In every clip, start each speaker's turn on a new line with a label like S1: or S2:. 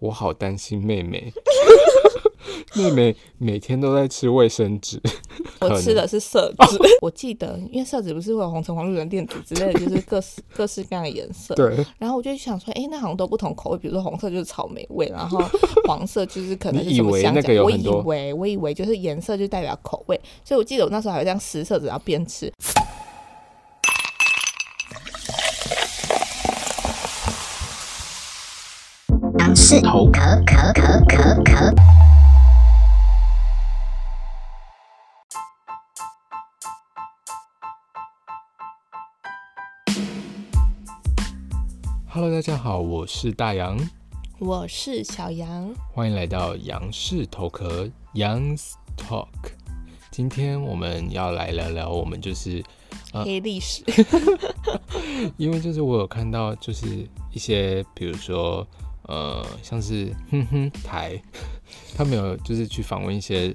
S1: 我好担心妹妹， 妹妹每天都在吃卫生纸，可
S2: 我
S1: 能哦
S2: 吃的是色纸， 我记得，因为色纸不是会有红橙黄绿蓝靛紫之类的，就是各式各式各样的颜色。
S1: 对
S2: 然后我就想说，哎、那好像都不同口味，比如说红色就是草莓味，然后黄色就是可能
S1: 你
S2: 是什
S1: 以
S2: 么
S1: 为
S2: 香
S1: 那
S2: 蕉
S1: 个。有
S2: 我
S1: 很
S2: 以
S1: 多
S2: 为，我以为就是颜色就代表口味，所以我记得我那时候还会这样撕色纸，然后边吃。
S3: 是头壳壳壳壳壳。
S1: ，Hello，大家好，我是大杨，
S2: 我是小杨，
S1: 欢迎来到杨氏头壳 Young's Talk。今天我们要来聊聊，我们就是啊
S2: 黑历史。
S1: 因为就是我有看到，就是一些比如说呃，像是哼哼台， 他们有就是去访问一些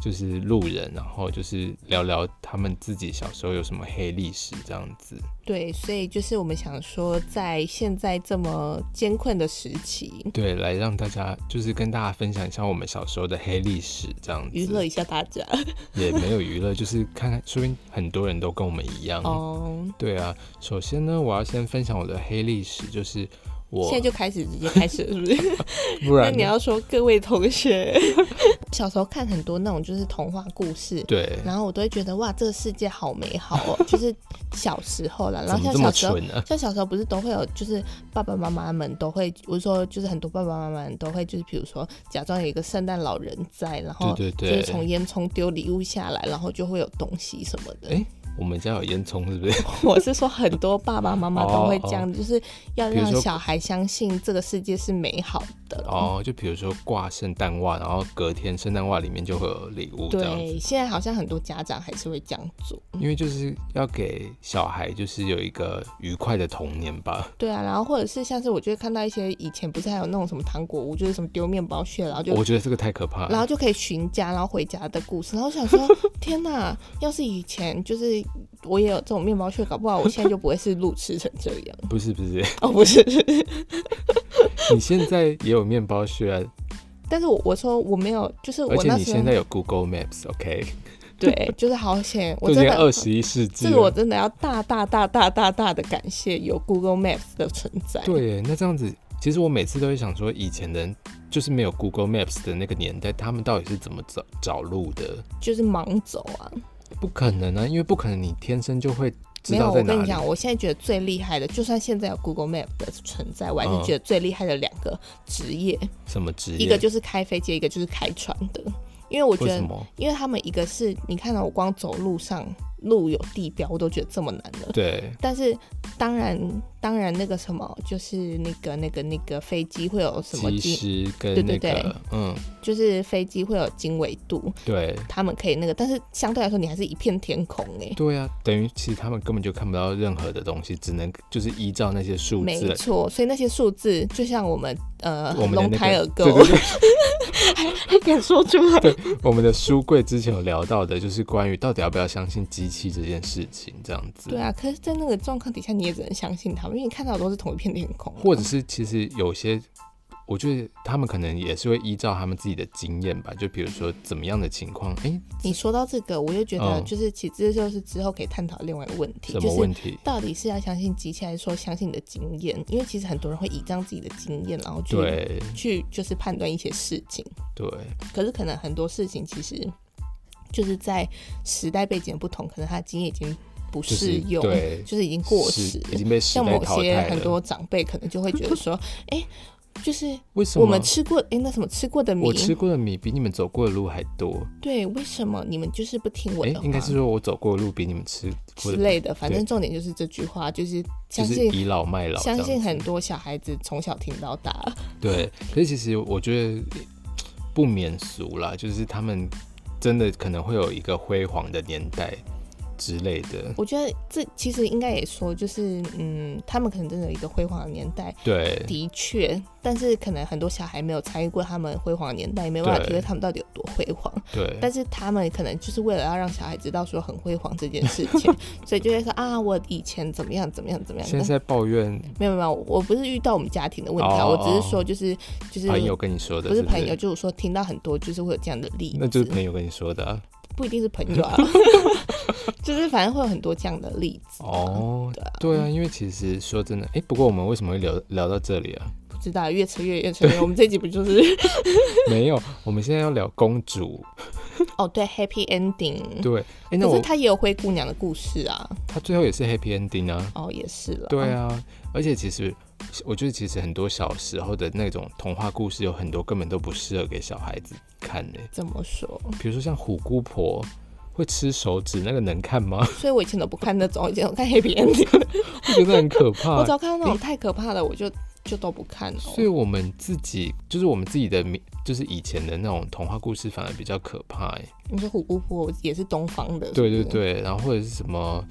S1: 就是路人，然后就是聊聊他们自己小时候有什么黑历史这样子。
S2: 对，所以就是我们想说，在现在这么艰困的时期，
S1: 对，来让大家就是跟大家分享一下我们小时候的黑历史，这样
S2: 娱
S1: 子
S2: 乐一下大 家。
S1: 也没有娱乐，就是看看，说不定很多人都跟我们一样。
S2: 哦、
S1: 对啊，首先呢，我要先分享我的黑历史，就是我
S2: 现在就开始直接开始，是不是？
S1: 不
S2: 那
S1: 然
S2: 你要说各位同学， 小时候看很多那种就是童话故事，
S1: 对，
S2: 然后我都会觉得哇，这个世界好美好 哦，就是小时候啦。然
S1: 怎么
S2: 后像
S1: 这么
S2: 小时候。
S1: 蠢啊？
S2: 像小时候不是都会有，就是爸爸妈妈们都会，我是说就是很多爸爸妈妈们都会，就是比如说假装有一个圣诞老人在，然后
S1: 对对
S2: 就
S1: 对
S2: 是从哦烟囱丢礼物下来，然后就会有东西什么的。
S1: 哎我们家有烟囱是不 是？
S2: 我是说很多爸爸妈妈都会这样，就是要
S1: 哦比如
S2: 让
S1: 说
S2: 小孩相信这个世界是美好的。
S1: 哦，就比如说挂圣诞袜，然后隔天圣诞袜里面就会有礼物这样子。
S2: 对，现在好像很多家长还是会这样做。
S1: 因为就是要给小孩就是有一个愉快的童年吧。
S2: 对啊，然后或者是像是我就会看到一些以前不是还有那种什么糖果屋，就是什么丢面包屑，然后就
S1: 我觉得这个太可怕了。
S2: 然后就可以寻家，然后回家的故事。然后我 想说，天哪！要是以前就是我也有这种面包屑，搞不好我现在就不会是路痴成这样。
S1: 不是不是，
S2: 哦，不是，
S1: 你现在也有面包屑、啊，
S2: 但是我我说我没有，就是
S1: 而
S2: 我
S1: 且
S2: 那
S1: 你
S2: 时
S1: 现
S2: 候
S1: 在有 Google Maps，OK，、
S2: 对，就是好险，我
S1: 都已
S2: 真
S1: 经
S2: 的
S1: 二十一世纪
S2: 这个我
S1: 了。
S2: 真的要大大大大大大的感谢有 Google Maps 的存在。，
S1: 对耶，那这样子，其实我每次都会想说，以前人就是没有 Google Maps 的那个年代，他们到底是怎么找找路的？
S2: 就是盲走啊，
S1: 不可能啊，因为不可能你天生就会知
S2: 没有。
S1: 道
S2: 我
S1: 在哪
S2: 跟你
S1: 里。
S2: 讲，我现在觉得最厉害的，就算现在有 Google Map 的存在，我还
S1: 嗯
S2: 是觉得最厉害的两个职业，
S1: 什么职业？
S2: 一个就是开飞机，一个就是开船的。因为我觉
S1: 为什
S2: 得，
S1: 么？
S2: 因为他们一个是你看到我光走路上路有地标，我都觉得这么难了。
S1: 对，
S2: 但是当然，当然那个什么，就是那个那个那个飞机会有什么
S1: 机
S2: 经，
S1: 师跟
S2: 对
S1: 那
S2: 对
S1: 个，
S2: 对
S1: 嗯，
S2: 就是飞机会有经纬度，
S1: 对，
S2: 他们可以那个，但是相对来说，你还是一片天空哎、
S1: 对啊，等于其实他们根本就看不到任何的东西，只能就是依照那些数
S2: 没
S1: 字来。
S2: 错，所以那些数字就像我们呃
S1: 我们的
S2: 龙
S1: 那
S2: 胎
S1: 个
S2: 耳，垢，
S1: 对对对，
S2: 还敢说出来？
S1: 我们的书柜之前有聊到的，就是关于到底要不要相信机器这件事情，这样子。
S2: 对啊，可是，在那个状况底下，你也只能相信他们，因为你看到的都是同一片天空。啊
S1: 或者是其实有些，我觉得他们可能也是会依照他们自己的经验吧，就比如说怎么样的情况，哎、
S2: 你说到这个，我就觉得
S1: 嗯
S2: 就是，其实这就是之后可以探讨另外一个问题，
S1: 什
S2: 就
S1: 么
S2: 是
S1: 问题？
S2: 到底是要相信机器，还是说相信你的经验？因为其实很多人会倚仗自己的经验，然后去
S1: 对
S2: 去就是判断一些事情。
S1: 对
S2: 可是可能很多事情其实就是在时代背景不同，可能他的经验已经不
S1: 就是
S2: 适用，
S1: 对
S2: 就是已经过
S1: 是
S2: 时。
S1: 已经被时
S2: 像
S1: 代
S2: 某
S1: 淘
S2: 些
S1: 汰
S2: 很
S1: 了。
S2: 多长辈可能就会觉得说， 哎、就是
S1: 为什么
S2: 我们吃过哎、那什么吃过的米
S1: 我，吃过的米比你们走过的路还多？
S2: 对，为什么你们就是不听我
S1: 哎、
S2: 的话？
S1: 应该是说我走过的路比你们吃过
S2: 之
S1: 的
S2: 类的，反正
S1: 对
S2: 重点就是这句话，就是
S1: 就
S2: 相
S1: 是
S2: 信
S1: 倚老卖老这样
S2: 相
S1: 子，
S2: 信很多小孩子从小听到大，
S1: 对。可是其实我觉得不免俗啦，就是他们真的可能会有一个辉煌的年代，之类的。
S2: 我觉得这其实应该也说，就是嗯，他们可能真的有一个辉煌的年代，
S1: 对，
S2: 的确，但是可能很多小孩没有参与过他们辉煌的年代，也没办法
S1: 对
S2: 体会他们到底有多辉煌。
S1: 对，
S2: 但是他们可能就是为了要让小孩知道说很辉煌这件事 情，所以就会说啊，我以前怎么样怎么样怎 么样。
S1: 现在
S2: 但
S1: 在抱怨
S2: 没有没有，我不是遇到我们家庭的问题啊，
S1: 哦
S2: 我只是说就是就是
S1: 朋友跟你说的，
S2: 不是
S1: 是
S2: 朋友，就是说听到很多就是会有这样的例子，
S1: 那就是朋友跟你说的啊、
S2: 不一定是朋友啊， 就是反正会有很多这样的例子。
S1: 哦
S2: 对啊。
S1: 对啊，因为其实说真的，哎、不过我们为什么会聊聊到这里啊？
S2: 不知道越扯越越扯越，我们这集不就是
S1: 没有，我们现在要聊公主。
S2: 哦对 happy ending，
S1: 对，哎、那
S2: 嗯可
S1: 我
S2: 是他也有灰姑娘的故事啊，
S1: 她最后也是 happy ending 啊。
S2: 哦也是了，
S1: 对啊，而且其实我觉得，其实很多小时候的那种童话故事，有很多根本都不适合给小孩子看呢、
S2: 怎么说？
S1: 比如说像虎姑婆会吃手指，那个能看吗？
S2: 所以我以前都不看那种，以前我看 happy ending，
S1: 我觉得很可怕
S2: 我只。要看到那种太可怕的，我就就都不看了。
S1: 啊所以我们自己就是我们自己的民，就是以前的那种童话故事，反而比较可怕、欸。
S2: 你说虎姑婆也是东方的，
S1: 对对
S2: 是不是。
S1: 对，然后或者是什么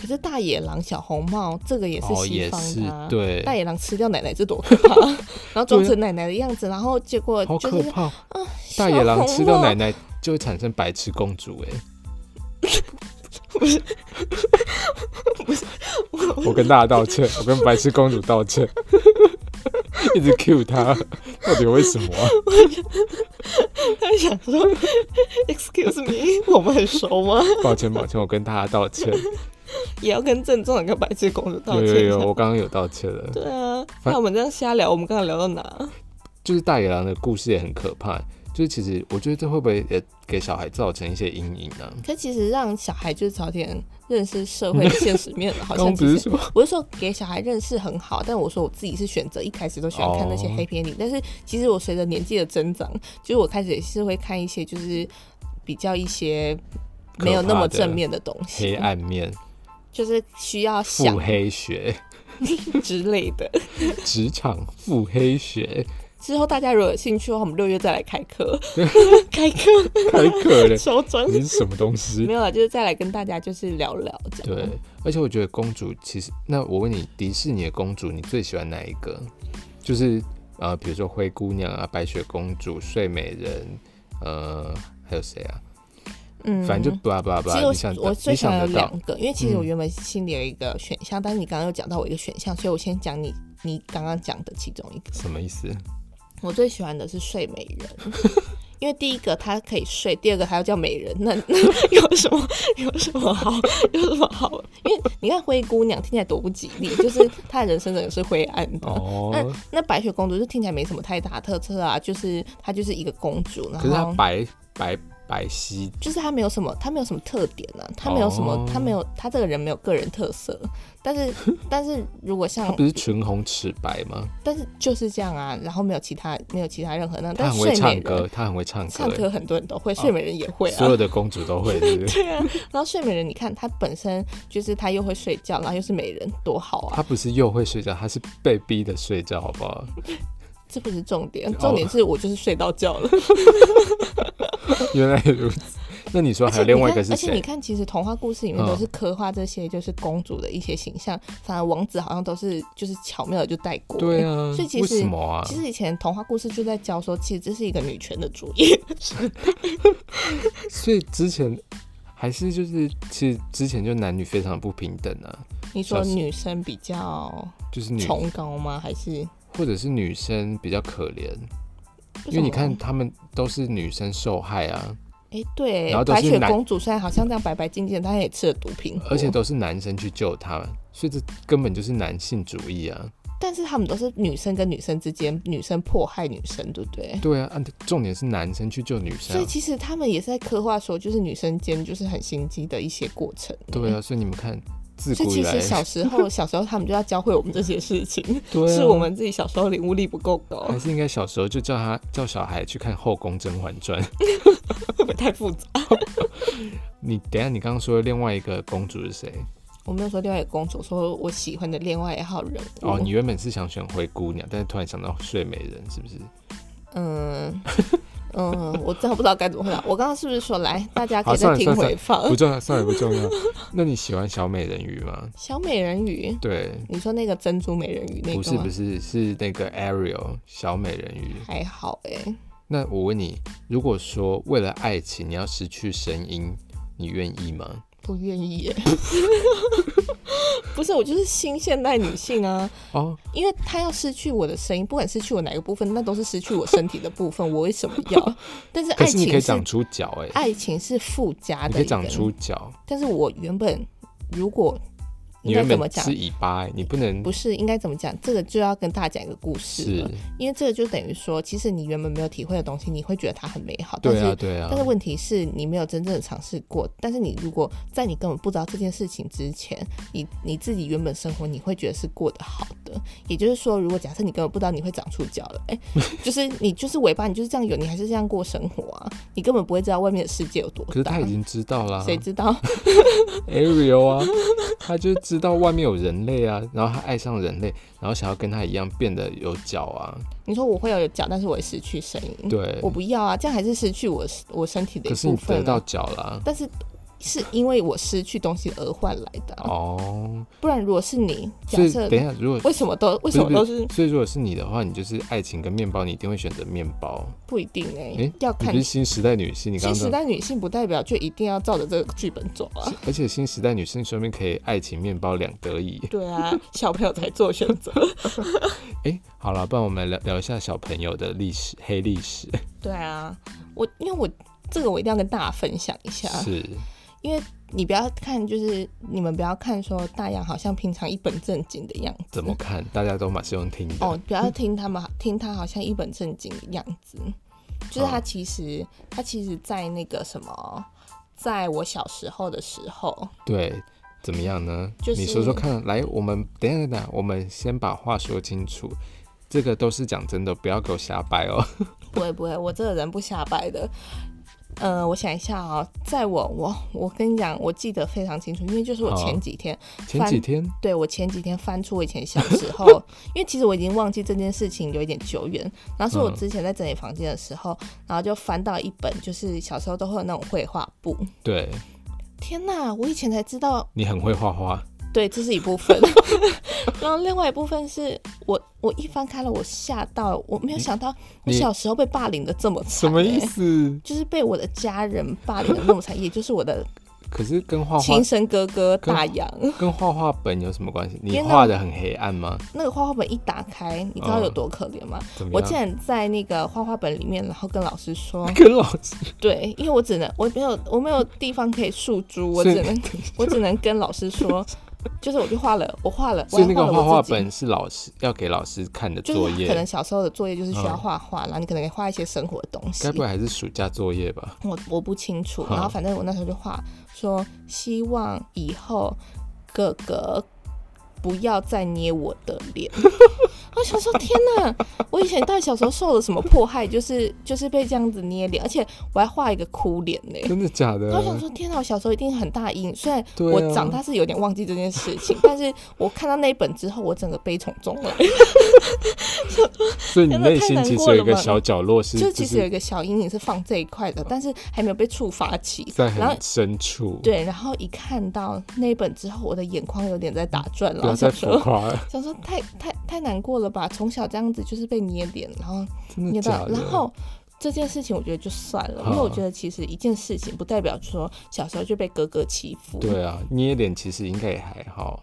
S2: 可是大野狼、小红帽这个也是
S1: 哦，
S2: 西
S1: 也
S2: 方
S1: 是
S2: 的、啊。
S1: 对，
S2: 大野狼吃掉奶奶，这多可 怕！然后装成奶奶的样子，然后结果
S1: 好
S2: 就
S1: 可
S2: 是啊
S1: 怕。大野狼吃掉奶奶就会产生白痴公主、欸，哎，不是，我跟大家道歉，我跟白痴公主道 歉，一直 cue 她，到底为什么啊、
S2: 他 想说，Excuse me，我们 很熟吗？
S1: 抱歉，抱歉，我跟大家道歉。
S2: 也要跟郑重的跟白痴公主道
S1: 有
S2: 歉一下。
S1: 有有，我刚刚有道歉了。
S2: 对啊，
S1: 反
S2: 那我们这样瞎聊，我们刚刚聊到哪？
S1: 就是大野狼的故事也很可怕，就是其实我觉得这会不会也给小孩造成一些阴影啊呢、
S2: 可其实让小孩就是早点认识社会的现实面，好
S1: 刚
S2: 像
S1: 刚不
S2: 其
S1: 是
S2: 实
S1: 说
S2: 我是说给小孩认识很好，但我说我自己是选择一开始都喜欢看那些
S1: 哦
S2: 黑片里，但是其实我随着年纪的增长，就是我开始也是会看一些就是比较一些没有那么正面的东
S1: 黑
S2: 西，
S1: 暗面、
S2: 就是需要想
S1: 腹黑学、
S2: 之类 的。
S1: 职场腹黑学？
S2: 之后大家如果有兴趣的话，我们六月再来开 课，开课！
S1: 开课嘞
S2: 收 专
S1: 你是什么东西
S2: 没？有了，就是再来跟大家就是聊聊这样。
S1: 对，而且我觉得公主其实，那我问你，迪士尼的公主你最喜欢哪一个？就是呃，比如说灰姑娘啊、白雪公主、睡美人，呃，还有谁啊？
S2: 嗯，
S1: 反正就巴拉巴拉巴
S2: 其
S1: 拉，
S2: 实
S1: 你想得
S2: 我我
S1: 到，
S2: 最
S1: 你
S2: 想
S1: 想
S2: 有
S1: 得到
S2: 两，个，因为其实我
S1: 嗯
S2: 原本心里有一个选项，但是你刚刚又讲到我一个选项，所以我先讲你你刚刚讲的其中一个。
S1: 什么意思？
S2: 我最喜欢的是睡美人，因为第一个她可以睡，第二个她又叫美人，那 那有什么有什么好有什么好？因为你看灰姑娘听起来多不吉利，就是她的人生整个是灰暗的。那
S1: 哦，
S2: 那白雪公主就听起来没什么太大特色啊，就是她就是一个公主，然
S1: 可是她
S2: 后
S1: 白白白皙，
S2: 就是他没有什么，他没有什么特点啊，他没有什么，
S1: 哦
S2: 他没有，他这个人没有个人特色。但是， 但是如果像
S1: 她，不是唇红齿白吗？
S2: 但是就是这样啊，然后没有其他，没有其他任何那，
S1: 她
S2: 但
S1: 很
S2: 是
S1: 会
S2: 睡美
S1: 唱歌
S2: 人，，
S1: 她很会唱
S2: 唱
S1: 歌
S2: 歌很多人都会，睡美人也会
S1: 欸，所有
S2: 啊。
S1: 的公主都会，对不对？
S2: 对啊，然后睡美人，你看她本身就是她又会睡觉，然后又是美人，多好啊！
S1: 她不是又会睡觉，她是被逼的睡觉，好不好？
S2: 这不是重点，
S1: 哦
S2: 重点是我就是睡到觉了。
S1: 原来如此。那你说
S2: 而
S1: 啊还
S2: 且
S1: 有
S2: 你
S1: 另外一
S2: 看，
S1: 个是
S2: 而且你
S1: 谁？
S2: 看，其实童话故事里面
S1: 嗯
S2: 都是刻画这些就是公主的一些形象，反而王子好像都是就是巧妙的就带过。
S1: 对啊，
S2: 哎所以其
S1: 为
S2: 实
S1: 什么啊
S2: 其？实以前童话故事就在教说，其实这是一个女权的主 义。
S1: 所以之前还是就是，其实之前就男女非常不平等啊，
S2: 你说
S1: 小时
S2: 女生比较
S1: 就是女
S2: 崇高吗？还是
S1: 或者是女生比较可怜，因为你看，他们都是女生受害啊，
S2: 哎、对
S1: 然后，都
S2: 白
S1: 是
S2: 雪
S1: 男
S2: 公主虽然好像这样白白净净，但她也吃了毒品，
S1: 而且，都是男生去救她们，所以这根本就是男性主义啊。
S2: 但是他们都是女生跟女生之间，女生迫害女生，对不对？
S1: 对啊，啊重点是男生去救女生
S2: 所
S1: 啊、
S2: 以其实他们也是在刻画说，就是女生间就是很心机的一些过程。
S1: 对啊，所以你们看，自
S2: 所以
S1: 古以
S2: 其
S1: 来
S2: 实，小时 候，小时候他们就要教会我们这些事情，
S1: 对啊哎
S2: 是我们自己小时候领悟力不够高，
S1: 还是应该小时候就叫他叫小孩去看《后宫甄嬛传》。
S2: 会不会太复杂？
S1: 你等一下，你刚刚说的另外一个公主是谁？
S2: 我没有说另外一个公主，说我喜欢的另外一号人物。
S1: 哦，你原本是想选灰姑娘，但是突然想到睡美人，是不是？
S2: 嗯，嗯，我真的不知道该怎么回答。我刚刚是不是说来，大家可
S1: 好，
S2: 以
S1: 算
S2: 再
S1: 了
S2: 听
S1: 算
S2: 回
S1: 了，算了，
S2: 放
S1: 不？重要，算了不重要。 那你喜欢小美人鱼吗？
S2: 小美人鱼，
S1: 对，
S2: 你说那个珍珠美人鱼那
S1: 不
S2: 个
S1: 是
S2: 吗？
S1: 不是是那个 Ariel 小美人鱼。
S2: 还好哎、
S1: 那我问你，如果说为了爱情你要失去声音，你愿意吗？
S2: 不愿意耶、 不是，我就是新现代女性啊，
S1: 哦，
S2: 因为她要失去我的声音，不管失去我哪个部分，那都是失去我身体的部分。我为什么要？ 但是
S1: 可
S2: 爱
S1: 是你可
S2: 情
S1: 以
S2: 是
S1: 长出脚哎、
S2: 爱情是附加
S1: 你
S2: 的
S1: 可
S2: 一
S1: 以
S2: 个，
S1: 长出脚，
S2: 但是我原本如果
S1: 你
S2: 应该
S1: 原
S2: 怎么
S1: 本
S2: 讲
S1: 是？尾巴哎、你不能
S2: 不是应该怎么讲？这个就要跟大家讲一个故事了
S1: 是，
S2: 因为这个就等于说，其实你原本没有体会的东西，你会觉得它很美好，但
S1: 对
S2: 是
S1: 啊对啊
S2: 但，是问题是你没有真正的尝试过，但是你如果在你根本不知道这件事情之前，你你自己原本生活你会觉得是过得好的，也就是说，如果假设你根本不知道你会长触角了，哎、 就是你就是尾巴，你就是这样有，你还是这样过生活啊，你根本不会知道外面的世界有多
S1: 可是
S2: 大
S1: 他已。经知道啦、
S2: 谁知道？
S1: Ariel 啊，他就知道外面有人类啊，然后他爱上人类，然后想要跟他一样变得有脚啊，
S2: 你说我会有脚，但是我会失去声音。
S1: 对
S2: 我不要啊，这样还是失去我我身体的一
S1: 可是你
S2: 部分、
S1: 得
S2: 啊。
S1: 到脚啦。
S2: 但是是因为我失去东西而换来的啊、
S1: 哦，
S2: 不然如果是你，
S1: 所
S2: 假
S1: 以
S2: 设
S1: 等一下，如果
S2: 为什么都为什么
S1: 不
S2: 都
S1: 是
S2: 是
S1: 不是所以如果是你的话，你就是爱情跟面包，你一定会选择面包。
S2: 不一定哎、
S1: 哎、
S2: 要
S1: 你
S2: 看
S1: 不是。新时代女性，你刚
S2: 新时
S1: 刚
S2: 代女性不代表就一定要照着这个剧本走啊。
S1: 而且新时代女性说明可以爱情面包两得 意。
S2: 对啊，小朋友才做选择。
S1: 哎、好了，不然我们来聊聊一下小朋友的历史黑历史。
S2: 对啊，我因为我这个我一定要跟大家分享一下，
S1: 是，
S2: 因为你不要看，就是你们不要看说大洋好像平常一本正经的样子。
S1: 怎么看？大家都马是用听的。
S2: 哦，不要听他们
S1: 嗯
S2: 好，听他好像一本正经的样子，就是
S1: 哦
S2: 他其实、他其实，在那个什么，在我小时候的时 候，
S1: 对，怎么样呢？
S2: 就是
S1: 你说说看。来，我们等一下，等一下，我们先把话说清楚。这个都是讲真的，不要给我瞎掰哦。
S2: 不会不会，我这个人不瞎掰的。呃，我想一下啊、在我我我跟你讲，我记得非常清楚，因为就是我
S1: 好
S2: 前几天，
S1: 前几天
S2: 对我前几天翻出我以前小时 候，因为其实我已经忘记这件事情有一点久远，然后是我
S1: 嗯
S2: 之前在整理房间的时候，然后就翻到一本，就是小时候都会有那种绘画簿。
S1: 对
S2: 天哪，我以前才知道
S1: 你很会画画，
S2: 对，这是一部分。 然后另外一部分是我，我一翻开了，我吓到，我没有想到我
S1: 你
S2: 小时候被霸凌的这么惨、欸
S1: 什么意？思？
S2: 就是被我的家人霸凌的那么惨，也就是我的
S1: 可是跟画画
S2: 亲生哥哥
S1: 跟
S2: 大洋。
S1: 跟画画本有什么关系？你
S2: 天哪
S1: 画的很黑暗吗？
S2: 那个画画本一打开，你知道
S1: 嗯
S2: 有多可怜吗？
S1: 怎么
S2: 我竟
S1: 样？，
S2: 然在那个画画本里面，然后跟老师说
S1: 跟老师
S2: 对，因为我只能我没有我没有地方可以诉诸，我
S1: 所以
S2: 只能我只能跟老师说，就是我就画了，我画了，我
S1: 所以
S2: 还
S1: 那
S2: 画
S1: 个
S2: 了
S1: 画
S2: 我
S1: 画
S2: 自己。
S1: 本是老师要给老师看的
S2: 就
S1: 作
S2: 是可能
S1: 业，
S2: 小时候的作业就是需要
S1: 嗯
S2: 画画，然后你可能可以画一些生活的东西
S1: 该。不会嗯还是暑假作业吧？
S2: 我我不清楚，
S1: 好
S2: 然后反正我那时候就画说，希望以后哥哥不要再捏我的脸。 我想说，天哪！我以前到底小时候受了什么迫害？就是就是被这样子捏脸，而且我还画一个哭脸呢、
S1: 真的假
S2: 然
S1: 的
S2: 后？哎想说，天哪！我小时候一定很大阴影。虽然
S1: 对啊
S2: 我长大是有点忘记这件事情，但是我看到那一本之后，我整个悲从中来。
S1: 所以你
S2: 真的
S1: 内
S2: 太
S1: 心
S2: 难
S1: 其实
S2: 过
S1: 有
S2: 了
S1: 一个
S2: 吧
S1: 小角落是
S2: 就是
S1: 就
S2: 其实有一
S1: 是
S2: 个小阴影是放这一块的，但是还没有被触发起。
S1: 在
S2: 然后
S1: 很深处，
S2: 对，然后一看到那一本之后，我的眼眶有点在打转，然
S1: 不
S2: 后
S1: 要再
S2: 想
S1: 啊浮
S2: 说
S1: 夸 了，
S2: 想说太太太难过了吧，从小这样子就是被捏脸，然后
S1: 真的
S2: 捏
S1: 嗯假
S2: 到，
S1: 的？
S2: 然后。这件事情我觉得就算了，因为我觉得其实一件事情不代表说小时候就被哥哥欺负。
S1: 对啊，捏脸其实应该也还好。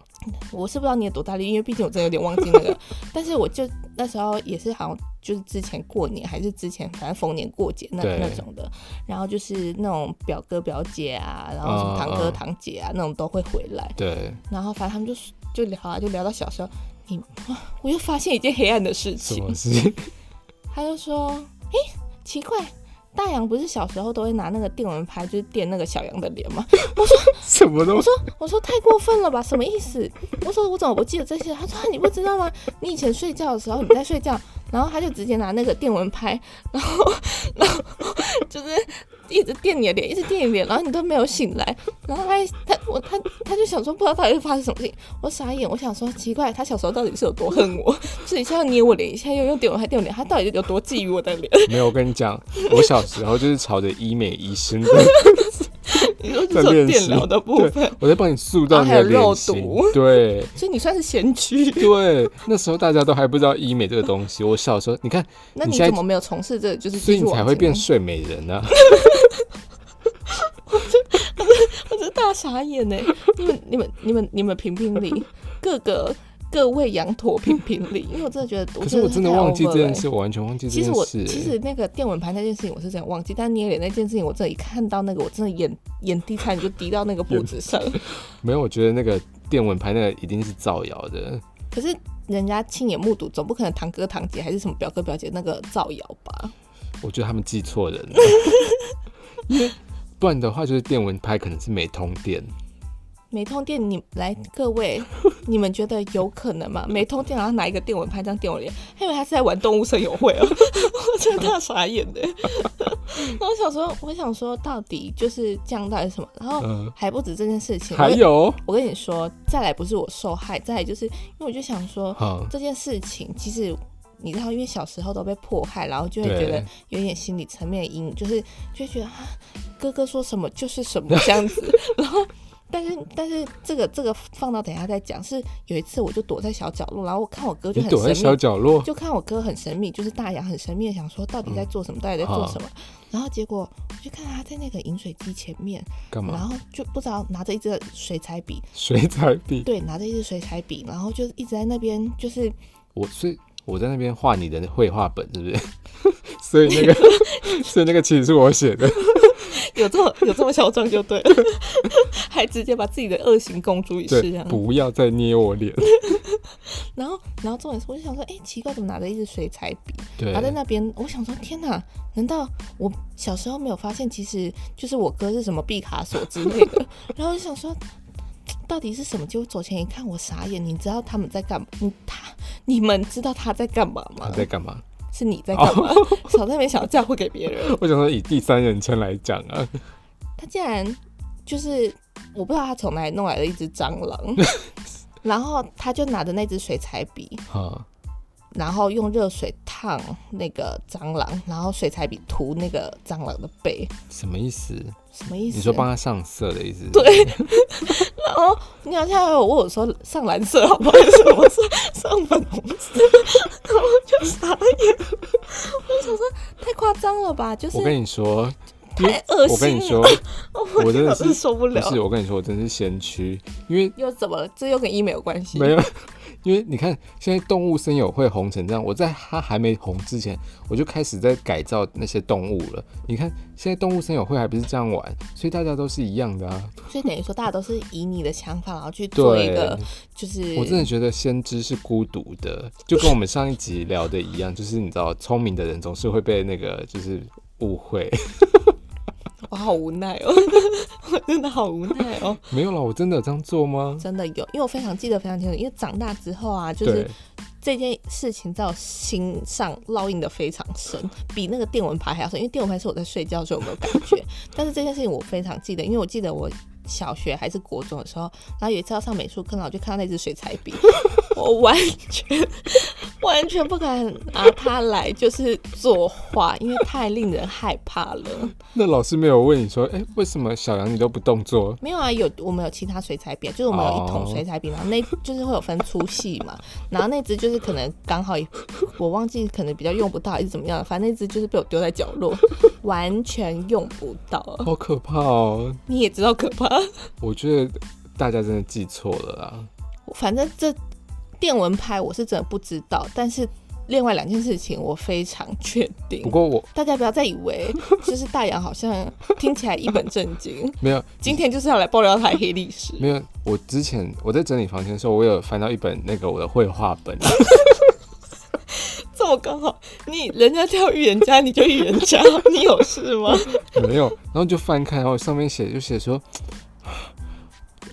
S2: 我是不知道你有多大力，因为毕竟我真的有点忘记 那个。但是我就那时候也是好像就是之前过年还是之前反正逢年过节那
S1: 对
S2: 那种的，然后就是那种表哥表姐啊，然后什么
S1: 嗯
S2: 堂哥
S1: 嗯
S2: 堂姐啊、那种都会回来，
S1: 对，
S2: 然后反正他们就就聊啊，就聊到小时候，你哇我又发现一件黑暗的事
S1: 什
S2: 情
S1: 么，事？
S2: 他就说，诶，奇怪。大洋不是小时候都会拿那个电蚊拍，就是电那个小羊的脸吗？
S1: 什么东
S2: 我
S1: 西？
S2: 说我说太过分了吧，什么意思？我说我怎么不记得这些？他说啊你不知道吗？你以前睡觉的时候你在睡觉，然后他就直接拿那个电蚊拍，然后然后就是一直电你的脸，一直电你的脸，然后你都没有醒来，然后他他我他他就想说不知道到底是发生什么事情，我傻眼，我想说奇怪，他小时候到底是有多恨我？就是一下要捏我脸，一下又用电蚊拍电我脸，他到底有多觊觎我的脸？
S1: 没有，我跟你讲，我小时候就是朝着医美医生 的，
S2: 你说就
S1: 在
S2: 是有
S1: 练习
S2: 电疗的部
S1: 对
S2: 分，，
S1: 我在帮你塑造你
S2: 然后
S1: 的
S2: 啊还有肉
S1: 脸型
S2: 毒，
S1: 对。
S2: 所以你算是先驱。
S1: 对，那时候大家都还不知道医美这个东西。我小时候，你 看，
S2: 那
S1: 你
S2: 你
S1: 现在
S2: 怎么没有从事这个就是
S1: 所以
S2: 技
S1: 你
S2: 术
S1: 才
S2: 往
S1: 会
S2: 前
S1: 变
S2: 呢？
S1: 睡美人啊。
S2: 大傻眼呢！你们、你们、你们、你们评评理，各个各位羊驼评评理，因为我真的觉得，
S1: 可是我真的忘记这件事，
S2: 太 over 了欸。
S1: 我完全忘记这
S2: 其实
S1: 件
S2: 我
S1: 事。欸
S2: 其实那个电蚊拍那件事情我是真的忘记，但捏脸那件事情，我真的一看到那个，我真的眼眼滴差点就滴到那个布子上。
S1: 没有，我觉得那个电蚊拍那个一定是造谣的。
S2: 可是人家亲眼目睹，总不可能堂哥堂姐还是什么表哥表姐那个造谣吧？
S1: 我觉得他们记错人 了，因为不然的话就是电蚊拍可能是没通电。
S2: 美通电，你来各位， 你们觉得有可能吗？美通电，然后拿一个电蚊拍这样电我脸，还以为他是在玩动物森友会哦， 我真的大傻眼的。然 后我想说，我想说，到底就是这样，到底是什么？然后
S1: 嗯
S2: 还不止这件事情，
S1: 还
S2: 我跟，
S1: 有，
S2: 我跟你说，再来不是我受害，再来就是因为我就想说
S1: 嗯
S2: 这件事情，其实。你知道，因为小时候都被迫害，然后就会觉得
S1: 对
S2: 有点心理层面的阴影，就是就会觉得啊，哥哥说什么就是什么这样子， 然后但是但是这个这个放到等一下再讲。是有一次我就躲在小角落，然后我看我哥就
S1: 你
S2: 很
S1: 躲在
S2: 神
S1: 小
S2: 秘，
S1: 角落，
S2: 就看我哥很神秘，就是大牙很神秘，想说到底在做什么，到底在做什么。
S1: 嗯
S2: 然后结果我就看他在那个饮水机前面，
S1: 干
S2: 然
S1: 嘛？
S2: 后就不知道拿着一支水彩笔，
S1: 水彩笔。
S2: 对，拿着一支水彩笔，然后就一直在那边就是
S1: 我所以我在那边画你的绘画本，是不 是？所以那个，所以那个其实是我写的。
S2: 有 这么有这么嚣张就对了，还直接把自己的恶行公诸于世这
S1: 对，
S2: 样。
S1: 不要再捏我 脸。
S2: 然后然后重点是我就想说，哎、奇怪，怎么拿着一支水彩笔？
S1: 对
S2: 然，后在那边，我想说，天哪！难道我小时候没有发现，其实就是我哥是什么毕卡索之类 的？然后我就想说，到底是什么？结果走前一看，我傻眼。你知道他们在干嘛？你他你们知道他在干嘛吗
S1: 你？在干嘛？
S2: 是你 在干嘛？少在那边想要嫁祸给别人。
S1: 我想说以第三人称来讲 啊，
S2: 他竟然就是我不知道他从哪里弄来的一只蟑 螂，然后他就拿着那只水彩笔，
S1: 啊，
S2: 然后用热水烫那个蟑螂，然后水彩笔涂那个蟑螂的背，
S1: 什么意思？
S2: 什么意思？
S1: 你说帮他上色的意思？
S2: 对，然后哦你好像还有问我说上蓝色好不好？还是我说上粉红色，然后我就傻眼，我想说太夸张了吧，就是
S1: 我跟你说，
S2: 太恶
S1: 我跟你
S2: 心
S1: 说
S2: 了，，我
S1: 我真的是
S2: 真的受不了。
S1: 是，我跟你说，我真是先驱，因为
S2: 又怎么了？这又跟医美有关系？
S1: 没有， 因为你看现在动物森友会红成这样，我在它还没红之前，我就开始在改造那些动物了。你看现在动物森友会还不是这样玩，所以大家都是一样的啊。
S2: 所以等于说大家都是以你的想法，然后去做一
S1: 对，
S2: 个就是
S1: 我真的觉得先知是孤独的，就跟我们上一集聊的一样，就是你知道，聪明的人总是会被那个就是误 会。
S2: 我好无奈哦， 我真的好无奈哦，
S1: 没有啦，我真的有这样做吗？
S2: 真的有，因为我非常记得非常清楚，因为长大之后啊，就是
S1: 对，
S2: 这件事情在我心上烙印的非常深，比那个电蚊拍还要深。因为电蚊拍是我在睡觉的时候有没有感觉，但是这件事情我非常记得，因为我记得我小学还是国中的时候，然后有一次要上美术课，然后我就看到那支水彩笔，我完全完全不敢拿它来就是作画，因为太令人害怕了。
S1: 那老师没有问你说，哎、为什么小杨你都不动作？
S2: 没有啊，有我们有其他水彩笔啊，就是我们有一桶水彩笔，然后那
S1: 哦
S2: 就是会有分粗细嘛，然后那只就是可能刚好也我忘记可能比较用不到还是怎么样，反正那只就是被我丢在角落，完全用不到。
S1: 好可怕哦！
S2: 你也知道可怕，
S1: 我觉得大家真的记错了啦。
S2: 反正这电蚊拍我是真的不知道，但是另外两件事情我非常确定
S1: 不。过我
S2: 大家不要再以为就是大洋好像听起来一本正经，
S1: 没有
S2: 今天就是要来爆料他的黑历史。
S1: 没有，我之前我在整理房间的时候，我有翻到一本那个我的绘画 本，
S2: 这么刚好，你人家叫预言家，你就预言家，你有事 吗？
S1: 没有，然后就翻开，然后上面写就写说，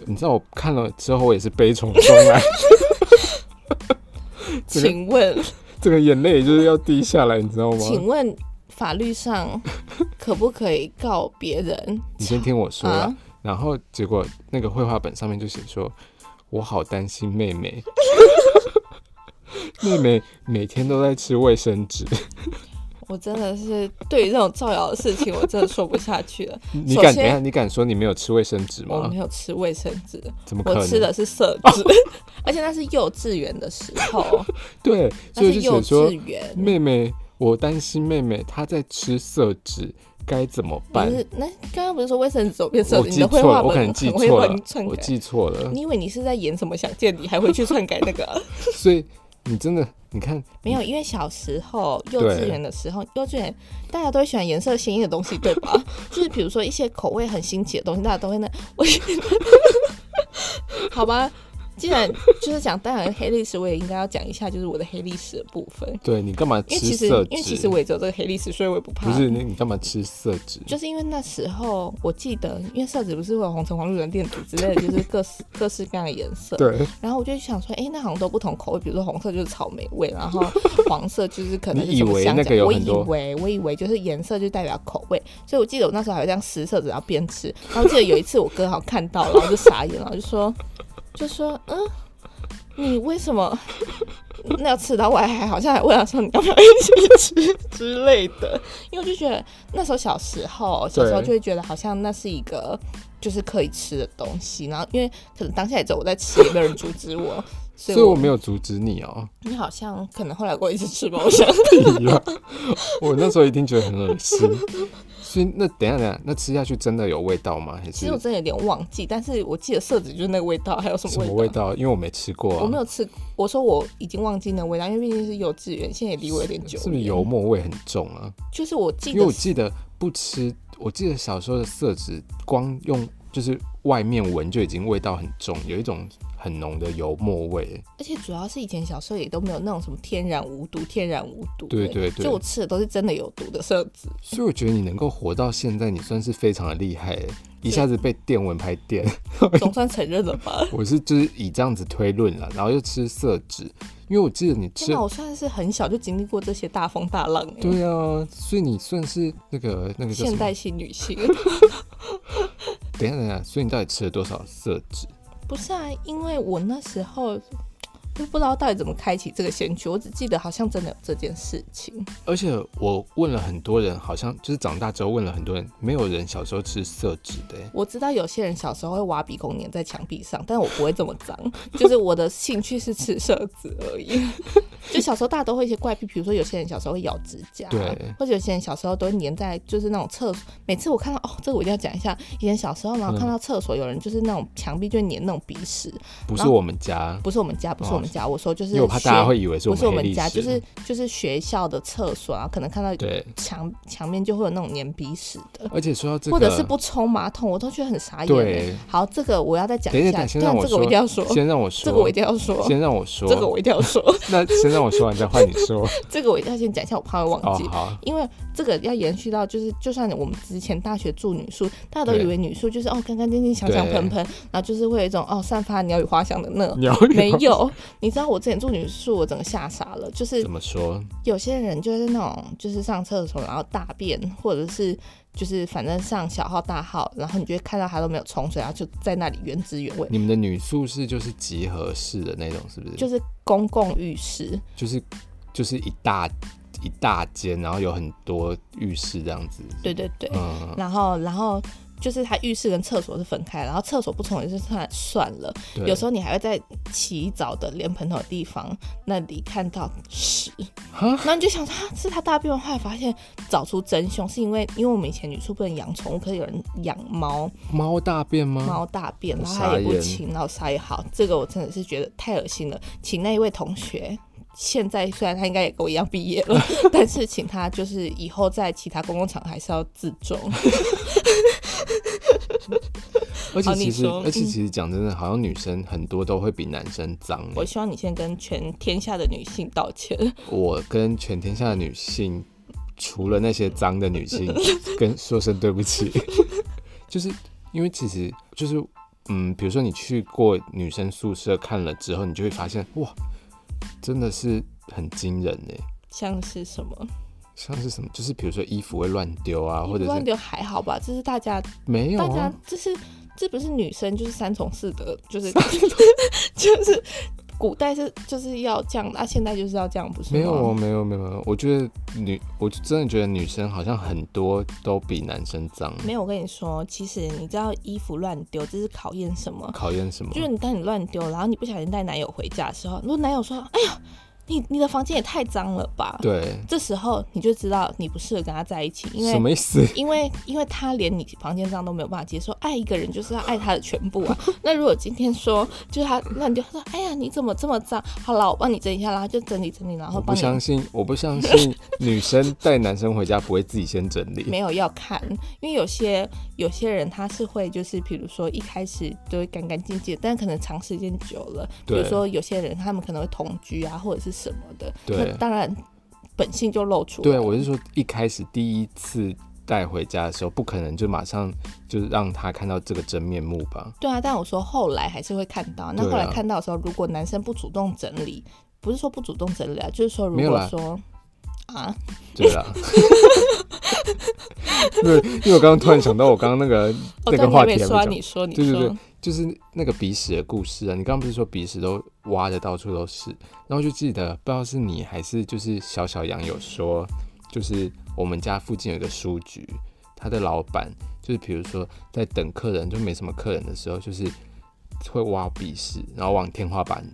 S1: 你知道我 看了之后，我也是悲从中来。这个
S2: 请问
S1: 这个眼泪就是要滴下来，你知道吗？
S2: 请问法律上可不可以告别人？
S1: 你先听我说啦。
S2: 啊
S1: 然后结果那个绘画本上面就写说，我好担心妹 妹，妹妹每天都在吃卫生纸，
S2: 我真的是对于这种造谣的事情，我真的说不下去了。
S1: 你
S2: 嗯首
S1: 敢等一下？
S2: 先，
S1: 你敢说你没有吃卫生纸
S2: 我
S1: 吗哦
S2: 没？有吃卫生纸，
S1: 怎么可
S2: 我
S1: 能？
S2: 吃的是色纸， 而且那是幼稚园的时候，
S1: 对，
S2: 那
S1: 所以
S2: 是
S1: 就
S2: 幼
S1: 写
S2: 稚
S1: 说，
S2: 园。
S1: 妹妹，我担心妹妹她在吃色纸，该怎么
S2: 不
S1: 办？
S2: 是，那刚刚不是说卫生纸我变色
S1: 我
S2: 纸？你
S1: 记
S2: 的绘
S1: 错
S2: 画
S1: 了，
S2: 本
S1: 我可能
S2: 很
S1: 记
S2: 会
S1: 错
S2: 乱
S1: 了，
S2: 篡
S1: 我
S2: 改。
S1: 记错了。
S2: 你以为你是在演什么想见你，还回去篡改那个啊、
S1: 所以你真的，你看，
S2: 没有，因为小时候幼
S1: 对
S2: 稚园的时候，幼稚园大家都会喜欢颜色鲜艳的东西，对 吧？就是比如说一些口味很新奇的东西，大家都会那， 我觉得好吧。既然就是讲当然黑历史，我也应该要讲一下，就是我的黑历史的部分。
S1: 对你干嘛
S2: 因为
S1: 吃
S2: 其实
S1: 色
S2: 因为其
S1: 纸
S2: 实？我也只有这个黑历史，所以我也不怕。
S1: 不是你，你干嘛吃色纸？
S2: 就是因为那时候我记得，因为色纸不是会有红橙黄绿蓝靛紫之类的，就是各式各式各样的颜色。
S1: 对，
S2: 然后我就想说，哎、那好像都不同口味，比如说红色就是草莓味，然后黄色就是可能
S1: 你
S2: 是什
S1: 以
S2: 么
S1: 为
S2: 香
S1: 那
S2: 蕉
S1: 个有
S2: 我
S1: 很
S2: 以
S1: 多
S2: 为我以为就是颜色就代表口味，所以我记得我那时候还会这样撕色纸，然后边吃。然后记得有一次我哥好像看到，然后就傻眼了，然后就说就说嗯，你为什么？那要吃到我还好像还问他说你要不要一起吃之类的，因为我就觉得那时候小时候，小时候
S1: 对
S2: 就会觉得好像那是一个就是可以吃的东西，然后因为可能当下也只有我在吃，也没有人阻止 我，所
S1: 所
S2: 以
S1: 以
S2: 我
S1: 我没有阻止你哦、
S2: 你好像可能后来跟我一起吃 吧，我想
S1: 屁啦我那时候一定觉得很恶心。所以那等一下等一下，那吃下去真的有味道吗？还
S2: 其
S1: 是
S2: 实我真的有点忘记，但是我记得色子就是那个味道，还有什
S1: 什
S2: 么
S1: 么
S2: 味
S1: 味道？因为我没吃过、啊，
S2: 我没有吃，我说我已经忘记那味道，因为毕竟是幼稚园，现在也离我有点久。
S1: 是不是油？墨味很重啊？
S2: 就是我记
S1: 因为
S2: 得
S1: 我记得不吃，我记得小时候的色纸，光用就是外面闻就已经味道很重，有一种很浓的油墨味。
S2: 而且主要是以前小时候也都没有那种什么天然无毒、天然无毒的，
S1: 对对对
S2: 所以我吃的都是真的有毒的色 子。
S1: 所以我觉得你能够活到现在，你算是非常的厉害耶，欸一下子被电蚊拍电。
S2: 总算承认了吧？
S1: 我是就是以这样子推论了，然后又吃色纸，因为我记得你吃
S2: 天哪，我算是很小就经历过这些大风大浪、欸，
S1: 对啊，所以你算是那个那个叫什
S2: 现
S1: 么？
S2: 代性女性。
S1: 等一下等一下，所以你到底吃了多少色纸？
S2: 不是啊，因为我那时候就不知道到底怎么开启这个先驱，我只记得好像真的有这件事情。
S1: 而且我问了很多人，好像就是长大之后问了很多人，没有人小时候吃色纸的欸耶。
S2: 我知道有些人小时候会挖鼻孔粘在墙壁上，但我不会这么脏，就是我的兴趣是吃色子而已。 就小时候大家都会一些怪癖，比如说有些人小时候会咬指甲，
S1: 对
S2: 或者有些人小时候都会粘在就是那种厕所。每次我看到哦，这个我一定要讲一下，以前小时候嘛，
S1: 嗯
S2: 看到厕所有人就是那种墙壁就会粘那种鼻屎，
S1: 不
S2: 然
S1: 是
S2: 后
S1: 我们家，
S2: 不是我们家，不是我们家，我说就是
S1: 哦因为我怕大家
S2: 学
S1: 会以为是
S2: 不
S1: 我
S2: 是我
S1: 们黑
S2: 们
S1: 历
S2: 家，
S1: 史。
S2: 就是就是学校的厕所啊，可能看到
S1: 对，
S2: 墙墙面就会有那种粘鼻屎的，
S1: 而且说到这个，
S2: 或者是不冲马桶，我都觉得很傻眼欸。
S1: 对
S2: 好，这个我要再讲
S1: 等一下，
S2: 下，
S1: 等一下先
S2: 对啊
S1: 让我
S2: 这
S1: 说，
S2: 个我一定要说，
S1: 先让我说，
S2: 这个我一定要说，
S1: 先让我说，
S2: 这个我一定要说，
S1: 那先让我说完再换你说。
S2: 这个我一定要先讲一下，我怕会忘
S1: 哦
S2: 记，。
S1: 好，
S2: 因为这个要延续到，就是就算我们之前大学住女宿，大家都以
S1: 对
S2: 为女宿就是哦干干净净、香香
S1: 对
S2: 喷喷，然后就是会有一种哦散发鸟语花香的 那种。
S1: 鸟
S2: 没
S1: 语花
S2: 有，你知道我之前住女宿，我整个吓傻了。就是
S1: 怎么说？
S2: 有些人就是那种，就是上厕所然后大便，或者是就是反正上小号大号，然后你就会看到他都没有冲水，然后就在那里原汁原味，
S1: 你们的女宿是就是集合式的那种，是不是？
S2: 就是公共浴室。
S1: 就是就是一大一大间，然后有很多浴室这样子。
S2: 对对对，
S1: 嗯，
S2: 然后然后就是它浴室跟厕所是分开，然后厕所不冲也就算算了，
S1: 对。
S2: 有时候你还会在洗澡的莲蓬头的地方那里看到屎，
S1: 哈
S2: 然后你就想说啊是他大便吗，后来发现找出真凶是因为因为我们以前女宿不能养宠物，可是有人养猫，
S1: 猫大便吗？
S2: 猫大便，
S1: 我
S2: 然后他也
S1: 嗯傻
S2: 不
S1: 眼
S2: 清，然后撒也好，这个我真的是觉得太恶心了，请那一位同学。现在虽然他应该也跟我一样毕 业了，但是请他就是以后在其他公共场合还是要自重。
S1: 而且
S2: 哦你
S1: 其实，
S2: 说
S1: 而且其实讲真的，好像女生很多都会比男生脏欸。
S2: 我希望你先跟全天下的女性道歉。
S1: 我跟全天下的女性，除了那些脏的女性，跟 说声对不起，就是因为其实就是嗯，比如说你去过女生宿舍看了之后，你就会发现哇，真的是很惊人呢、
S2: 像是什么？
S1: 像是什么，就是比如说衣服会乱丢啊，或者
S2: 乱
S1: 是
S2: 丢还好吧，这是大家
S1: 没有
S2: 大家
S1: 啊，
S2: 这是这不是女生就是三从四德，就是 就是古代是就是要这样，那、啊现在就是要这样，不是吗？
S1: 没有哦，没有没有没有，我觉得女，我真的觉得女生好像很多都比男生脏，欸
S2: 没有，我跟你说，其实你知道衣服乱丢，这是考验什么？
S1: 考验什么？
S2: 就是你当你乱丢，然后你不小心带男友回家的时候，如果男友说：“哎呀，你你的房间也太脏了吧？”，
S1: 对，
S2: 这时候你就知道你不适合跟他在一起，因
S1: 什
S2: 为
S1: 么意思？
S2: 因为因为他连你房间脏都没有办法接受，爱一个人就是要爱他的全部 啊。那如果今天说就是他乱丢，他说哎呀你怎么这么脏？好了，我帮你整一下，然后就整理整理，然后
S1: 我
S2: 帮
S1: 不
S2: 你。
S1: 相信，我不相 信女生带男生回家不会自己先整理。
S2: 没有要看，因为有些有些人他是会就是，比如说一开始都会干干净净，但可能长时间久了，比如
S1: 对
S2: 说有些人他们可能会同居啊，或者是什么的，
S1: 对
S2: 那当然本性就露出来。
S1: 对，我是说一开始第一次带回家的时候，不可能就马上就让他看到这个真面目吧？
S2: 对啊，但我说后来还是会看到。那
S1: 对啊
S2: 后来看到的时候，如果男生不主动整理，不是说不主动整理啊，就是说如
S1: 没有
S2: 果
S1: 啦
S2: 说啊，
S1: 对 啦。对，因为我刚刚突然想到，我刚刚那个、
S2: 哦，
S1: 那
S2: 对，
S1: 个
S2: 你还
S1: 话题还
S2: 没
S1: 没
S2: 说，
S1: 讲，
S2: 你说，你
S1: 对对对
S2: 说，，
S1: 就是那个鼻屎的故事啊。你刚刚不是说鼻屎都挖的到处都是，然后就记得不知道是你还是就是小小杨有说，就是我们家附近有一个书局，他的老板就是比如说在等客人就没什么客人的时候，就是会挖鼻屎，然后往天花板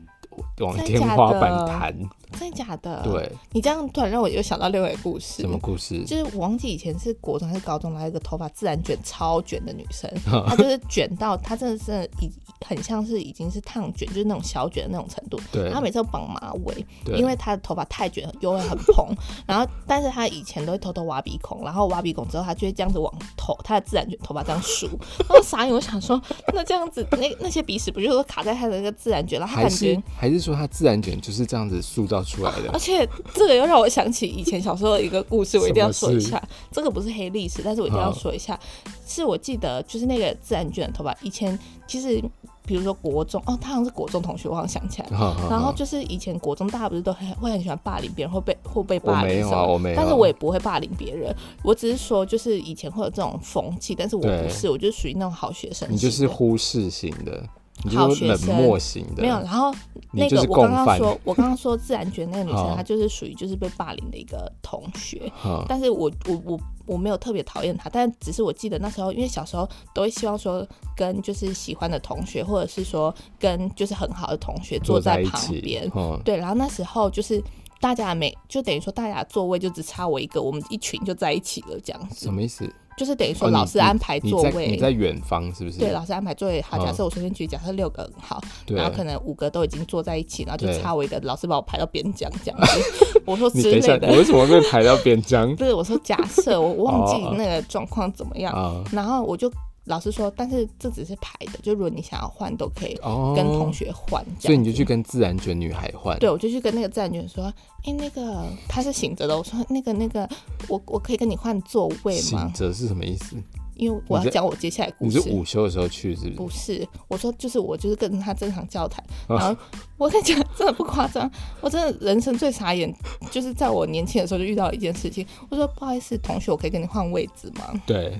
S1: 往
S2: 真的
S1: 天
S2: 假
S1: 花
S2: 的
S1: 板弹。
S2: 真的假的？，
S1: 对，
S2: 你这样突然让我又想到另外一个故事，
S1: 什么故事？
S2: 就是我忘记以前是国中还是高中，来一个头发自然卷超卷的女 生，她就是卷到她真的是已很像是已经是烫卷，就是那种小卷的那种程度。
S1: 对
S2: 她每次都绑马尾，
S1: 对
S2: 因为她的头发太卷又会很蓬。然后，但是她以前都会偷偷挖鼻孔，然后挖鼻孔之后，她就会这样子往头，她的自然卷头发这样梳。然后傻眼，我想说，那这样子那那些鼻屎不就是都卡在她的那个自然卷，然后她
S1: 还
S2: 感觉
S1: 是还是说他自然卷就是这样子塑造出来的
S2: 而？且这个又让我想起以前小时候的一个故事，我一定要说一
S1: 什
S2: 下。这个不是黑历史，但是我一定要说一下，是我记得就是那个自然卷的头发，以前其实比如说国中哦，他好像是国中同学，我好像想起来了。 然
S1: 然
S2: 后就是以前国中大家不是都很会很喜欢霸凌别人，会被会被
S1: 我
S2: 霸
S1: 没
S2: 凌
S1: 有
S2: 什
S1: 啊，
S2: 么。
S1: 我没有啊，
S2: 但是我也不会霸凌别人，我只是说就是以前会有这种风气，但是我
S1: 对
S2: 不是，我就属于那种好学生型的。
S1: 你就是忽视型的，你
S2: 好
S1: 就是
S2: 学
S1: 冷
S2: 生
S1: 漠型的，
S2: 没有，然后
S1: 你
S2: 那
S1: 就
S2: 个
S1: 是
S2: 我刚
S1: 共
S2: 刚
S1: 犯
S2: 说，我刚刚说自然卷那个女
S1: 好
S2: 生，她就是属于就是被霸凌的一个同学，
S1: 哈，
S2: 但是我我我我没有特别讨厌她，但只是我记得那时候，因为小时候都会希望说跟就是喜欢的同学，或者是说跟就是很好的同学坐
S1: 坐
S2: 在
S1: 一
S2: 旁
S1: 起
S2: 边，，
S1: 嗯，
S2: 对，然后那时候就是大家没就等于说大家的座位就只差我一个，我们一群就在一起了这样子
S1: 什，么意思？
S2: 就是等于说
S1: 嗯哦
S2: 老
S1: 你
S2: 师
S1: 你
S2: 安排
S1: 你
S2: 座
S1: 在
S2: 位，
S1: 你在远方是不是？
S2: 对，老师安排座位好，假
S1: 嗯
S2: 设我随便举，假设六个好，
S1: 对
S2: 然后可能五个都已经坐在一起，然后就
S1: 对
S2: 差我一个，老师把我排到边疆这样子。 我说
S1: 你
S2: 之
S1: 等一下
S2: 类，
S1: 我
S2: 的，
S1: 为什么被排到边疆
S2: 不是我说假设， 我我忘记
S1: 哦
S2: 那个状况怎么样，
S1: 啊？
S2: 然后我就老师说，但是这只是排的，就如果你想要换都可以
S1: 哦，
S2: 跟同，学换这样子。
S1: 所以你就去跟自然卷女孩换，
S2: 对，我就去跟那个站员说，哎、那个他是醒着的，我说那个那个，我我可以跟你换座位吗
S1: 醒？着是什么意思？
S2: 因为我
S1: 你
S2: 要
S1: 在
S2: 讲我接下来故
S1: 你是
S2: 事。
S1: 午休的时候去是不
S2: 不
S1: 是？
S2: 是，我说就是我就是跟他正常交谈，
S1: 哦
S2: 然后我跟你讲，真的不夸张，我真的人生最傻眼，就是在我年轻的时候就遇到一件事情，我说不好意思，同学，我可以跟你换位置吗？
S1: 对，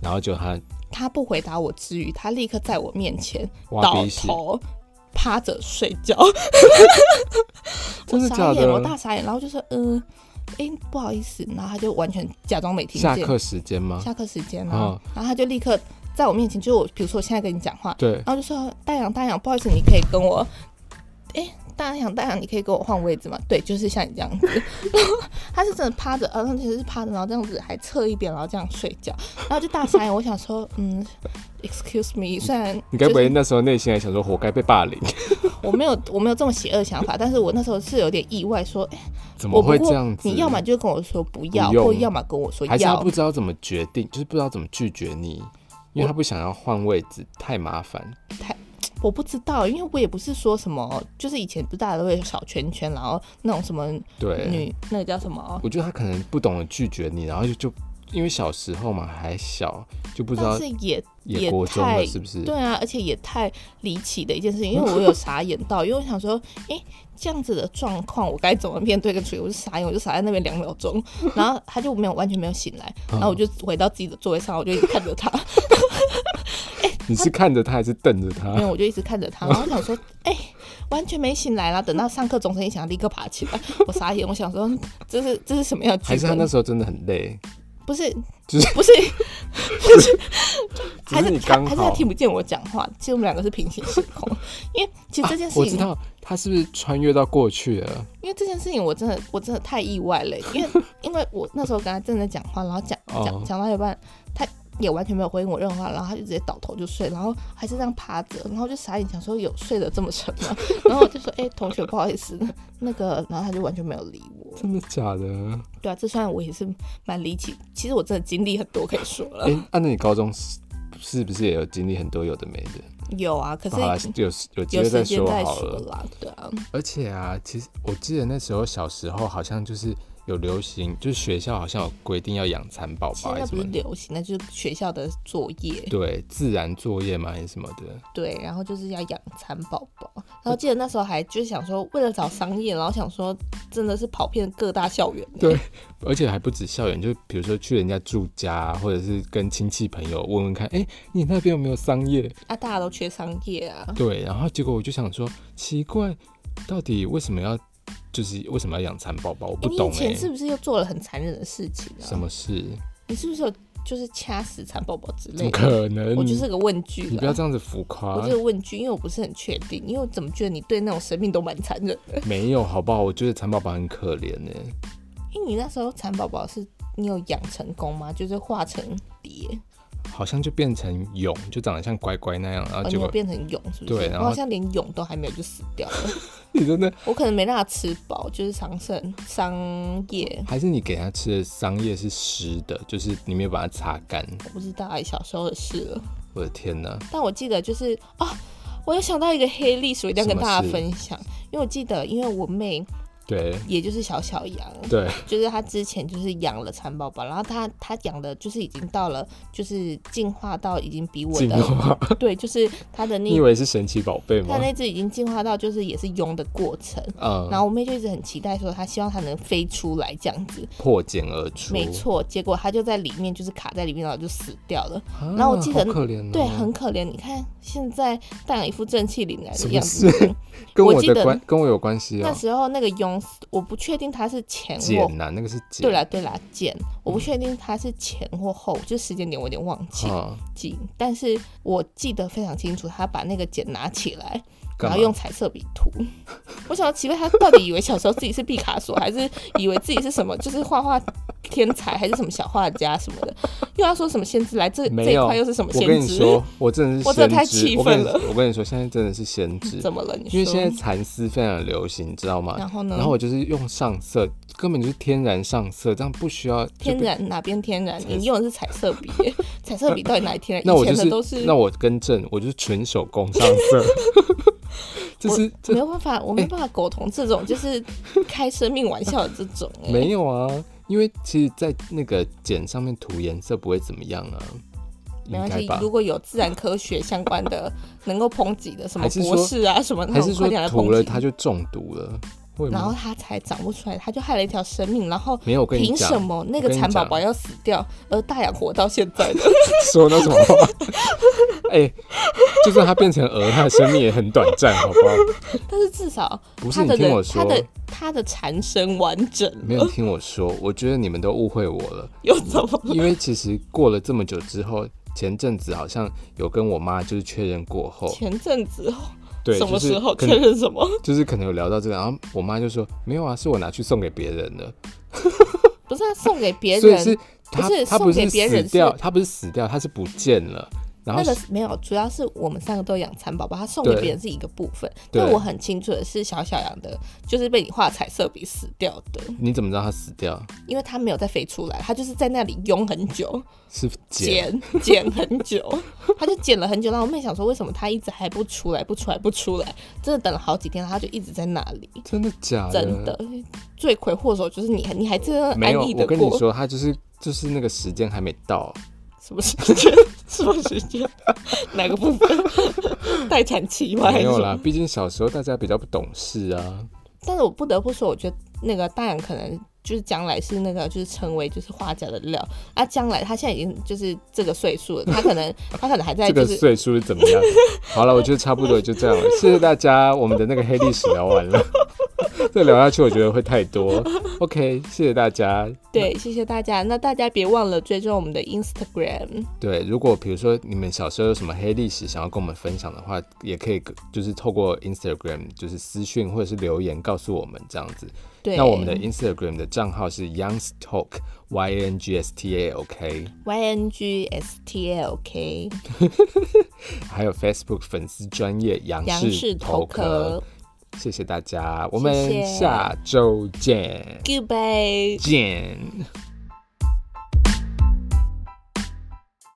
S1: 然后就他
S2: 他不回答我之余，他立刻在我面前
S1: 挖
S2: 倒
S1: 鼻屎，
S2: 头趴着睡觉，
S1: 真的
S2: 我
S1: 假
S2: 傻眼，我大
S1: 的？
S2: 傻眼，然后就说嗯，哎、不好意思，然后他就完全假装没听
S1: 下
S2: 见，
S1: 课时间吗？
S2: 下课时间啊，
S1: 哦
S2: 然后他就立刻在我面前，就是我，比如说我现在跟你讲话，
S1: 对
S2: 然，后就说大洋大洋，不好意思，你可以跟我，哎、大洋大洋，你可以跟我换位置吗？对，就是像你这样子。 然后他是真的趴着，呃，他其实是趴着，然后这样子还侧一边，然后这样睡觉，然后就大傻眼。我想说，嗯，excuse me，虽然
S1: 你该不会
S2: 就是
S1: 那时候内心还想说活该被霸凌？
S2: 我没有我没有这么邪恶的想法，但是我那时候是有点意外说，哎
S1: 怎
S2: 我
S1: 么
S2: 不
S1: 会
S2: 过
S1: 这样子？
S2: 你要么就跟我说不要，
S1: 不用
S2: 或要么跟我说
S1: 还是他
S2: 要
S1: 不。知道怎么决定，就是不知道怎么拒绝你，因为他不想要换位置，太麻烦。
S2: 我不知道，因为我也不是说什么，就是以前不是大家都会有小圈圈，然后那种什么
S1: 对，
S2: 女那个叫什么
S1: 我觉得他可能不懂得拒绝你，然后就就因为小时候嘛还小，就不知道
S2: 但是也
S1: 也
S2: 也
S1: 国中
S2: 太
S1: 了是不是？
S2: 对啊，而且也太离奇的一件事情，因为我有傻眼到，因为我想说，诶，这样子的状况我该怎么面对跟处理？我就傻眼，我就傻在那边两秒钟，然后他就没有完全没有醒来，然
S1: 嗯
S2: 后我就回到自己的座位上，我就一直看着他，
S1: 你是看着他还是瞪着他
S2: 没？有我就一直看着他，然后我想说，诶，完全没醒来啦，等到上课钟声一响，立刻爬起来，我傻眼，我想说这是这是什么样的
S1: 还
S2: 剧
S1: 是他那
S2: 本？
S1: 时候真的很累？
S2: 不是
S1: 就是
S2: 不是不是，
S1: 只
S2: 还
S1: 是
S2: 是
S1: 你
S2: 他
S1: 刚
S2: 还是他
S1: 好
S2: 听不见我讲话，其实我们两个是平行时空，因为其实这件事
S1: 啊我
S2: 情
S1: 知。道他是不是穿越到过去了？
S2: 因为这件事情我真的我真的太意外 了，欸因为因为我那时候跟他正在讲话，然后讲
S1: 哦
S2: 讲讲到一半，他也完全没有回应我任何话，然后他就直接倒头就睡，然后还是这样趴着，然后就傻眼想说有睡得这么沉 吗？然后我就说哎、同学不好意思，那个，然后他就完全没有理我。
S1: 真的假的？
S2: 对啊，这算我也是蛮离奇，其实我真的经历很多可以说了
S1: 哎、，按、照你高中是是不是也有经历很多有的没的？
S2: 有啊，可是
S1: 好啦，有有机
S2: 有
S1: 会
S2: 时
S1: 再
S2: 间
S1: 说
S2: 再
S1: 好
S2: 说
S1: 了。
S2: 啦，对啊，
S1: 而且啊，其实我记得那时候小时候好像就是有流行，就是学校好像有规定要养蚕宝宝
S2: 现
S1: 还
S2: 在
S1: 是什
S2: 不是
S1: 么的，
S2: 流行，那就是学校的作业。
S1: 对，自然作业嘛还是什么的。
S2: 对，然后就是要养蚕宝宝。然后记得那时候还就是想说，为了找商业，然后想说真的是跑遍各大校园欸。
S1: 对而且还不止校园，就比如说去人家住家啊，或者是跟亲戚朋友问问看，哎、你那边有没有桑叶？
S2: 啊，大家都缺商业啊。
S1: 对，然后结果我就想说，奇怪，到底为什么要，就是为什么要养蚕宝宝？我不
S2: 欸你
S1: 懂哎、
S2: 以前是不是又做了很残忍的事情啊？
S1: 什么事？
S2: 你是不是有就是掐死蚕宝宝之
S1: 怎么
S2: 类的？
S1: 可能？
S2: 我就是个问句
S1: 你不要
S2: 啦。
S1: 这样啊子浮夸
S2: 我就，是问句，因为我不是很确定，因为我怎么觉得你对那种生命都蛮残忍的？
S1: 没有好不好？我觉得蚕宝宝很可怜哎呢、
S2: 因为你那时候蚕宝宝是你有养成功吗？就是化成蝶，
S1: 好像就变成蛹，就长得像乖乖那样，然后
S2: 而
S1: 啊结
S2: 哦你有
S1: 果
S2: 变成蛹，是不是？
S1: 对然
S2: 我好
S1: 后
S2: 像连蛹都还没有就死掉了。
S1: 你真的
S2: 我可能没让它吃饱，就是桑葚、桑叶，
S1: 还是你给它吃的桑叶是湿的，就是你没有把它擦干。
S2: 我不知道哎小时候的事了。
S1: 我的天哪！
S2: 但我记得就是啊，我又想到一个黑历史，我一定要跟大家分享，因为我记得，因为我妹
S1: 对
S2: 也就是小小羊。
S1: 对，
S2: 就是她之前就是养了蚕宝宝，然后她她养的就是已经到了，就是进化到已经比我
S1: 进
S2: 的
S1: 化，
S2: 对，就是她的
S1: 啊
S2: 那
S1: 你以为是神奇宝贝吗
S2: 她？那只已经进化到就是也是蛹的过程，
S1: 嗯，
S2: 然后我妹就一直很期待说她希望它能飞出来这样子，
S1: 破茧而出，
S2: 没错，结果他就在里面，就是卡在里面，然后就死掉了。
S1: 啊。
S2: 然后我记得
S1: 好可怜哦，
S2: 对，很可怜。你看现在带了一副正气凛然
S1: 什
S2: 的
S1: 么
S2: 样子。
S1: 跟
S2: 我
S1: 我
S2: 记
S1: 的
S2: 得
S1: 关跟我有关系
S2: 那
S1: 哦。
S2: 时候那个蛹，我不确定它是前或
S1: 茧呐、啊那个是茧。
S2: 对啦对啦茧，我不确定它是前或后，就时间点我有点忘记
S1: 啊，
S2: 记，但是我记得非常清楚，他把那个茧拿起来，
S1: 干
S2: 然后
S1: 嘛
S2: 用彩色笔涂。 我想要奇怪，他到底以为小时候自己是毕卡索，还是以为自己是什么，就是画画天才，还是什么小画家什么的？又要说什么先知来，这这
S1: 没
S2: 一
S1: 有，
S2: 块又是什么
S1: 我
S2: 先
S1: 跟你
S2: 知？
S1: 说，我真的是
S2: 我真的太
S1: 先知
S2: 气
S1: 我跟你
S2: 愤了
S1: 我跟你说，现在真的是先知。
S2: 怎么了？你说
S1: 因为现在蚕丝非常的流行，你知道吗？
S2: 然后呢
S1: 然后我就是用上色，根本就是天然上色，这样不需要就
S2: 天
S1: 不
S2: 然哪边天然？你用的是彩色 笔耶，彩色笔到底哪里天然？
S1: 那
S2: 以
S1: 我
S2: 前
S1: 就
S2: 的都是
S1: 那我更正，我就是纯手工上 色。这是
S2: 我
S1: 这哎
S2: 没有办法，我没办法苟同这种就是开生命玩笑的这种哎耶。
S1: 没有啊，因为其实，在那个茧上面涂颜色不会怎么样啊，应
S2: 没关
S1: 该
S2: 系
S1: 吧，？
S2: 如果有自然科学相关的能够抨击的，什么
S1: 还是说
S2: 博士啊什么的，
S1: 还是
S2: 快
S1: 说
S2: 点来
S1: 涂了
S2: 抨
S1: 它
S2: 击。
S1: 就中毒了？会
S2: 然后
S1: 吗？
S2: 他才长不出来，他就害了一条生命。然后
S1: 没嗯有我跟你
S2: 凭
S1: 讲
S2: 什么那个
S1: 我跟你
S2: 蚕宝宝
S1: 讲
S2: 要死掉，而大雅活到现 在呢？
S1: 说那什么 话？哎、就算它变成蛾，它的生命也很短暂，好不好？
S2: 但是至少
S1: 不是
S2: 他的
S1: 你听我
S2: 人，
S1: 说
S2: 他的他的缠身完整
S1: 没有
S2: 了，
S1: 你听我说，我觉得你们都误会我了，
S2: 又怎么了？
S1: 因为其实过了这么久之后，前阵子好像有跟我妈就是确认过后，
S2: 前阵子哦
S1: 对，
S2: 什么时候
S1: 就
S2: 确
S1: 是可能
S2: 认什么？
S1: 就是可能有聊到这个，然后我妈就说没有啊，是我拿去送给别人的，
S2: 不是啊送给别
S1: 所以是
S2: 人，
S1: 她
S2: 不是
S1: 她不
S2: 送
S1: 是
S2: 给别
S1: 死
S2: 人
S1: 掉，
S2: 是
S1: 她不是死掉，她是不见了，然后
S2: 那个是没有，主要是我们三个都养蚕宝宝，他送给
S1: 对
S2: 别人是一个部分。
S1: 对
S2: 但我很清楚的是，小小羊的就是被你画彩色笔死掉的，
S1: 你怎么知道她死掉？
S2: 因为它没有再飞出来，它就是在那里拥很久，
S1: 是姐，
S2: 剪剪很久， 它就剪了很久。然后我妹想说，为什么它一直还不出来，不出来，不出来？真的等了好几天，它就一直在那里。
S1: 真的假的？
S2: 真的，罪魁祸首就是你，你还真的
S1: 哎没有
S2: 安逸，的
S1: 我跟你
S2: 过。
S1: 说，她就是就是那个时间还没到，
S2: 什么时间？ 什么时间？ 哪个部分？ 待产期吗？还
S1: 没
S2: 是
S1: 有
S2: 什
S1: 啦。
S2: 么？
S1: 毕竟小时候大家比较不懂事啊，
S2: 但是我不得不说，我觉得那个大然可能就是将来是那个就是成为就是花甲的料啊，将来他现在已经就是这个岁数了，他可能他可能还在
S1: 这
S2: 就
S1: 个
S2: 是
S1: 岁数是怎么 样？好了，我觉得差不多也就这样了。谢谢大家，我们的那个黑历史聊完了，再聊下去我觉得会太多。OK，谢谢大家。
S2: 对，谢谢大家。那大家别忘了追踪我们的 Instagram，
S1: 对，如果比如说你们小时候有什么黑历史想要跟我们分享的话，也可以就是透过 Instagram 就是私讯或者是留言告诉我们这样子。
S2: 对，
S1: 那我们的 Instagram 的账号是 Youngs Talk Y N G S T A O K，
S2: Y N G S T L K
S1: 还有 Facebook 粉丝专业杨
S2: 杨
S1: 氏
S2: 氏头壳
S1: 谢谢大家，我
S2: 谢
S1: 们
S2: 谢
S1: 下周见，
S2: ，Goodbye。
S1: 见。